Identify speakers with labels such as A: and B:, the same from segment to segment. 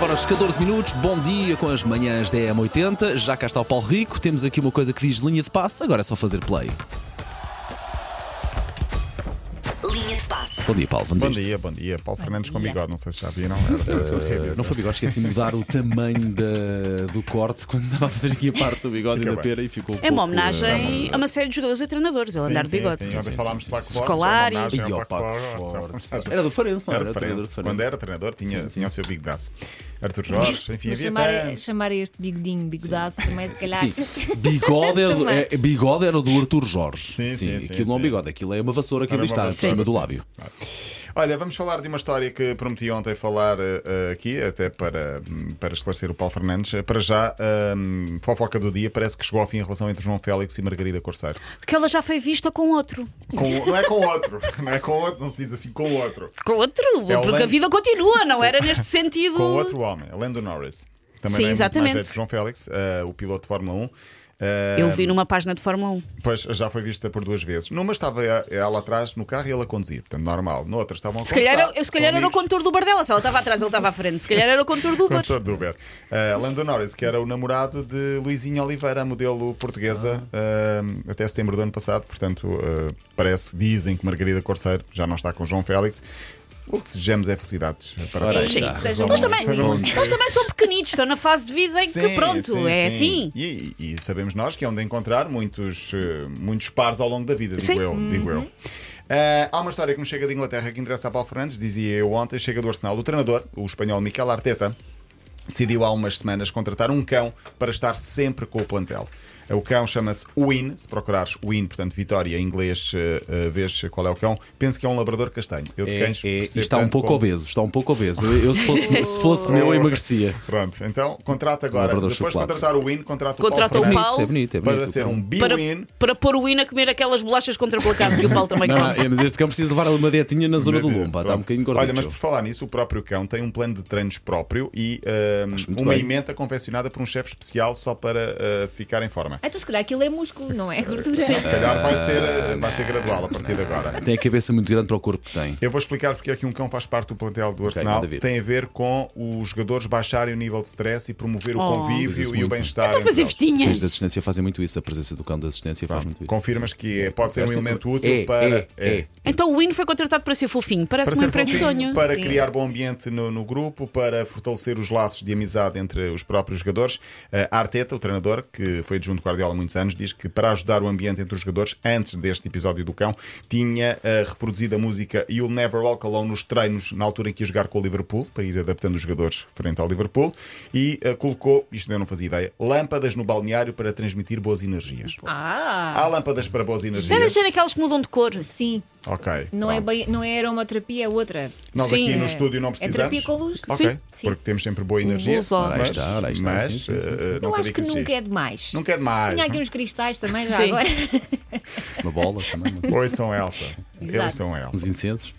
A: horas 14 minutos, bom dia com as manhãs da EM80. Já cá está o Paulo Rico, temos aqui uma coisa que diz linha de passe, agora é só fazer play.
B: Linha de passe.
A: Bom dia, Paulo, vamos
C: Bom
A: a isto.
C: dia, bom dia. Paulo Fernandes com
B: dia.
C: bigode, não sei se já viram. Era só isso que eu queria dizer.
A: Não foi bigode, esqueci de mudar o tamanho da- do corte quando estava a fazer aqui a parte do bigode e
C: Fica
A: da
C: bem.
A: pera e ficou. um
D: É uma
A: pouco,
D: homenagem a uma série de jogadores e treinadores, ele andar de
C: sim,
D: bigode.
C: Sim,
A: Sim, sim,
C: Ontem falámos
A: sim,
C: de
A: sim,
C: Paco
A: sim.
C: Fortes.
D: Scolari.
C: é homenagem
A: eh,
C: ao
A: e ao Paco
C: Fortes.
A: Fortes. Era do Farense, não era?
C: Era de
A: treinador do
C: Farense. Quando
A: Farense.
C: era treinador, tinha,
A: Sim, sim.
C: tinha o seu big braço. Arthur Jorge, enfim,
E: Mas
C: havia
E: chamar,
C: tantos.
E: chamar a este bigodinho, bigodaço, também se calhar.
A: Sim, bigode, é do- é-
E: Too much.
A: bigode era do Arthur Jorge.
C: Sim, sim, sim,
A: aquilo não é um
C: sim.
A: bigode, aquilo é uma vassoura que
C: Era
A: ali
C: uma
A: está, por
C: vassoura,
A: cima do
C: sim.
A: lábio.
C: Olha, vamos falar de uma história que prometi ontem falar eh, eh, aqui, até para, hum, para esclarecer o Paulo Fernandes. Eh, Para já, hum, fofoca do dia, parece que chegou ao fim a relação entre João Félix e Margarida Corsair.
D: Porque ela já foi vista com outro.
C: Com- não é com outro, não é com outro, não se diz assim, com outro.
D: Com outro?
C: É o
D: porque
C: Lance-
D: a vida continua, não era neste sentido.
C: com outro homem, Lando Norris. Também não
D: Sim,
C: é muito
D: exatamente.
C: Mais velho que João Félix, eh, o piloto de Fórmula 1. É,
D: Eu vi numa página de Fórmula 1.
C: Pois já foi vista por duas vezes. Numa estava ela atrás no carro e ele a conduzir, portanto, normal. Noutra estavam a
D: Se calhar,
C: conversar,
D: eu, se calhar
C: são
D: era o
C: amigos.
D: contorno do bar dela, se ela estava atrás, ele estava à frente. Se calhar era o contorno do bar.
C: Condutor do Uber. Eh, Lando Norris, que era o namorado de Luizinha Oliveira, a modelo portuguesa, eh, até setembro do ano passado. Portanto, eh, parece, dizem que Margarida Corseiro já não está com João Félix. O que desejamos é felicidades. para
A: Ora,
C: todos.
A: sim, que
C: Resolvam-
E: sejam
D: Eles também,
E: Sejam
C: resolvam-
D: eles também são pequenitos, estão na fase de vida em que pronto,
C: sim,
D: é
C: sim.
D: assim.
C: E, e sabemos nós que é onde encontrar muitos, eh, muitos pares ao longo da vida, digo
D: Sim. Uhum.
C: eu. Digo eu. Ah, há uma história que me chega de Inglaterra que interessa a Paulo Fernandes, dizia eu ontem, chega do Arsenal. O treinador, o espanhol Miquel Arteta, decidiu há umas semanas contratar um cão para estar sempre com o plantel. O cão chama-se Win, se procurares Win, portanto Vitória em inglês, eh, eh, vês qual é o cão. Penso que é um labrador castanho. Eu de
A: É,
C: cães
A: é, e
C: percebo
A: está um
C: tanto
A: pouco
C: como-
A: obeso, está um pouco obeso. Eu, eu, se fosse, se fosse meu, eu emagrecia.
C: Pronto, então contrata agora.
A: Labrador
C: Depois de
A: chocolate.
C: contratar o Win, contrata o
D: Contrata
C: Paulo
D: o
C: Fernandes
D: Paulo.
A: É bonito, é bonito.
C: para ser um
D: Para,
C: B-Win.
D: para pôr o hino a comer aquelas bolachas contra placado que o Paulo também
A: Não, não,
D: come.
A: é, mas este cão precisa levar uma dietinha na zona do lombo, pá, está um bocadinho gordinho.
C: Olha, mas por falar nisso, o próprio cão tem um plano de treinos próprio e ahm,
A: Acho muito
C: uma
A: bem.
C: emenda confeccionada por um chefe especial só para ah, ficar em forma.
E: Ah, Então, se calhar aquilo é músculo, não é gordura.
C: Se calhar vai ser, ah, vai ser gradual a partir de agora.
A: Tem a cabeça muito grande para o corpo que tem.
C: Eu vou explicar porque é que um cão faz parte do plantel do Arsenal.
A: manda vir.
C: Tem a ver com os jogadores baixarem o nível de stress e promover o
D: Oh. Então
A: Mas
C: convívio
A: isso
C: e o
A: muito.
C: bem-estar.
D: Para
C: entre
D: fazer
C: eles.
A: Os da
D: vestinhas.
A: assistência fazem muito isso, a presença do cão da assistência faz muito isso.
C: Confirmas que é- pode ser um
A: Sim.
C: elemento útil
A: É,
C: para.
A: é, é.
D: Então o hino foi contratado para ser fofinho, parece
C: para
D: um
C: ser
D: emprego de
C: fofinho,
D: sonho.
C: para
E: Sim.
C: criar bom ambiente no, no grupo, para fortalecer os laços de amizade entre os próprios jogadores. Eh, a Arteta, o treinador, que foi adjunto de Guardiola há muitos anos, diz que para ajudar o ambiente entre os jogadores, antes deste episódio do cão, tinha eh, reproduzido a música You'll Never Walk Alone nos treinos, na altura em que ia jogar com o Liverpool, para ir adaptando os jogadores frente ao Liverpool, e eh, colocou, isto eu não fazia ideia, lâmpadas no balneário para transmitir boas energias.
E: Ah,
C: Há lâmpadas para boas
D: Devem
C: energias.
D: ser aquelas que mudam de cor.
E: sim.
C: Ok.
E: Não é,
C: pronto.
E: bem, não é aromaterapia, é outra.
C: Nós
D: Sim,
C: aqui no
D: é-
C: estúdio não
E: é
C: precisamos.
E: terapia com luz.
C: Ok,
D: Sim.
E: Sim.
C: porque temos sempre boa energia.
D: Luz on.
C: mas,
A: Ora, aí está, ora, aí está,
C: mas,
A: sim, sim, sim, sim.
C: eh, não
E: Eu
C: sabia
E: acho que
C: existia.
E: nunca é demais.
C: Nunca é demais.
E: Tinha aqui uns cristais também, já
D: Sim.
E: agora.
A: Uma bola também, uma-
C: Oi, são Elsa.
E: um-
C: Eu
E: Exato.
C: sou Elsa.
A: uns incensos.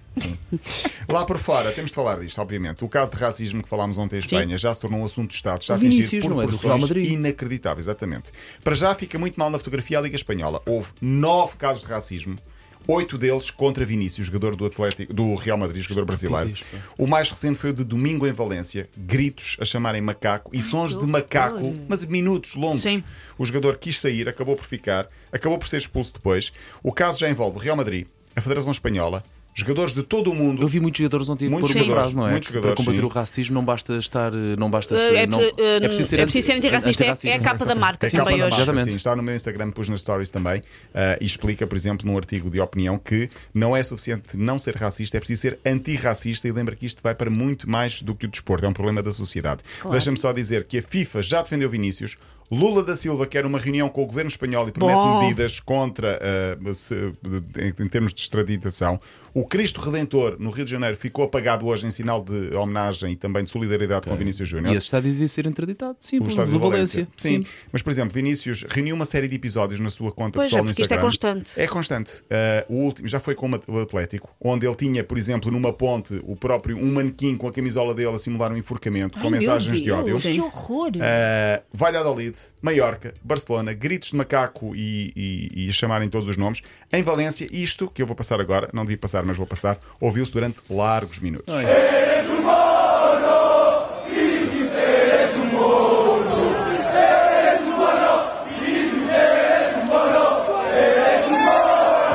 C: Lá por fora, temos de falar disto, obviamente. O caso de racismo que falámos ontem em Espanha já se tornou um assunto de Estado. Está
A: O
C: atingido
A: Vinícius,
C: por
A: não é? Do
C: proporções
A: Real Madrid.
C: Inacreditável, exatamente. Para já fica muito mal na fotografia a Liga Espanhola. Houve nove casos de racismo. Oito deles contra Vinícius, jogador do, Atlético, do Real Madrid, jogador brasileiro.
A: Estupidez, pá.
C: O mais recente foi o de domingo em Valência. Gritos a chamarem macaco e sons de macaco,
E: horror.
C: mas minutos longos.
D: Sim.
C: O jogador quis sair, acabou por ficar, acabou por ser expulso depois. O caso já envolve o Real Madrid, a Federação Espanhola, jogadores de todo o mundo.
A: Eu vi muitos jogadores ontem
C: Muitos
A: pôr uma
C: jogadores,
A: frase, não é?
C: muitos
A: Para
C: jogadores,
A: combater
C: sim.
A: o racismo não basta estar. eh, Não basta ser,
D: É,
A: não,
D: preciso- é, preciso ser
A: anti-
D: antirracista, é- é a
A: antirracista.
D: capa da marca
C: É capa
D: também
C: da
D: hoje.
C: marca,
A: Exatamente.
C: sim. está no meu Instagram, pus nas stories também, ah, e explica, por exemplo, num artigo de opinião que não é suficiente não ser racista, é preciso ser antirracista e lembra que isto vai para muito mais do que o desporto, é um problema da sociedade. Deixa-me só dizer que a FIFA já defendeu Vinícius, Lula da Silva quer uma reunião com o governo espanhol e promete
D: Bom.
C: medidas contra, ah, se- em, em termos de extraditação. O Cristo Redentor no Rio de Janeiro ficou apagado hoje em sinal de homenagem e também de solidariedade com
A: É.
C: Vinícius
A: E
C: Júnior.
A: esse estádio devia ser interditado, sim,
C: O
A: pelo
C: estádio
A: do Valência.
C: Sim. Mas, por exemplo, Vinícius reuniu uma série de episódios na sua conta
D: Pois é,
C: pessoal no
D: porque isto é
C: Instagram.
D: constante.
C: É constante. Ah, o último já foi com uma- o Atlético, onde ele tinha, por exemplo, numa ponte, o próprio um manequim com a camisola dele a simular um enforcamento, com
E: Ai, meu
C: mensagens de ódio.
E: Deus, que horror.
C: Uh, Valladolid, Maiorca, Barcelona, gritos de macaco e, e, e a chamarem todos os nomes. Em Valência, isto que eu vou passar agora, não devia passar, mas vou passar, ouviu-se durante largos minutos.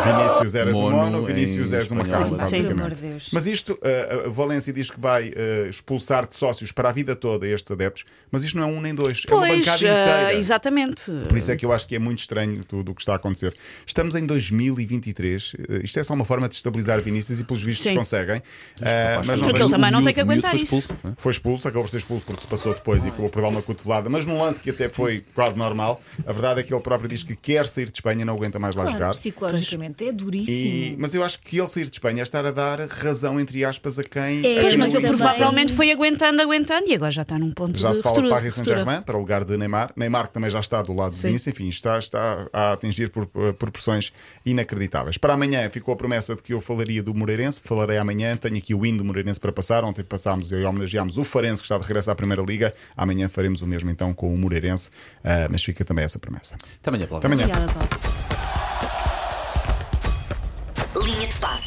C: Vinícius eras um
A: Mono
C: mono,
A: em
C: Vinícius eras uma
A: espanhol,
E: Sim,
C: cabra, basicamente.
E: pelo amor de Deus.
C: Mas isto, uh, a Valência diz que vai uh, expulsar de sócios para a vida toda estes adeptos, mas isto não é um nem dois, é uma
D: Pois,
C: bancada
E: eh,
D: ah,
C: inteira.
D: exatamente.
C: Por isso é que eu acho que é muito estranho tudo o que está a acontecer. Estamos em 2023, eh, isto é só uma forma de estabilizar Vinícius e pelos vistos
D: Sim.
C: conseguem. Eh,
A: Capaz,
C: mas
A: foi-
C: não,
D: Porque ele também não
A: o
D: tem que
A: miúdo- o miúdo
D: aguentar
A: foi
D: isso.
A: expulso, não é?
C: foi expulso, acabou por ser expulso porque se passou depois e acabou por dar uma cotovelada, mas num lance que até foi quase normal. A verdade é que ele próprio diz que quer sair de Espanha, não aguenta mais lá
E: Claro,
C: jogar.
E: psicologicamente é
C: E-
E: duríssimo.
C: mas eu acho que ele sair de Espanha é estar a dar razão, entre aspas, a quem.
E: É,
C: a
D: Pois,
C: quem
D: mas
C: não
D: ele
E: Também-
C: existe.
D: provavelmente foi aguentando, aguentando e agora já está num ponto
C: Já
D: de
C: se fala de
D: ruptura-
C: Paris Saint-Germain para o lugar de Neymar. Neymar que também já está do lado de Vinícius. Enfim, está, está a atingir por, eh, por proporções inacreditáveis. Para amanhã ficou a promessa de que eu falaria do Moreirense. Falarei amanhã. Tenho aqui o hino do Moreirense para passar. Ontem passámos e homenageámos o Farense que está de regresso à Primeira Liga. Amanhã faremos o mesmo então com o Moreirense. Ah, mas fica também essa promessa.
A: é Até amanhã, Paulo.
C: Até amanhã.
E: Obrigada, Paulo.
B: Linha de passe.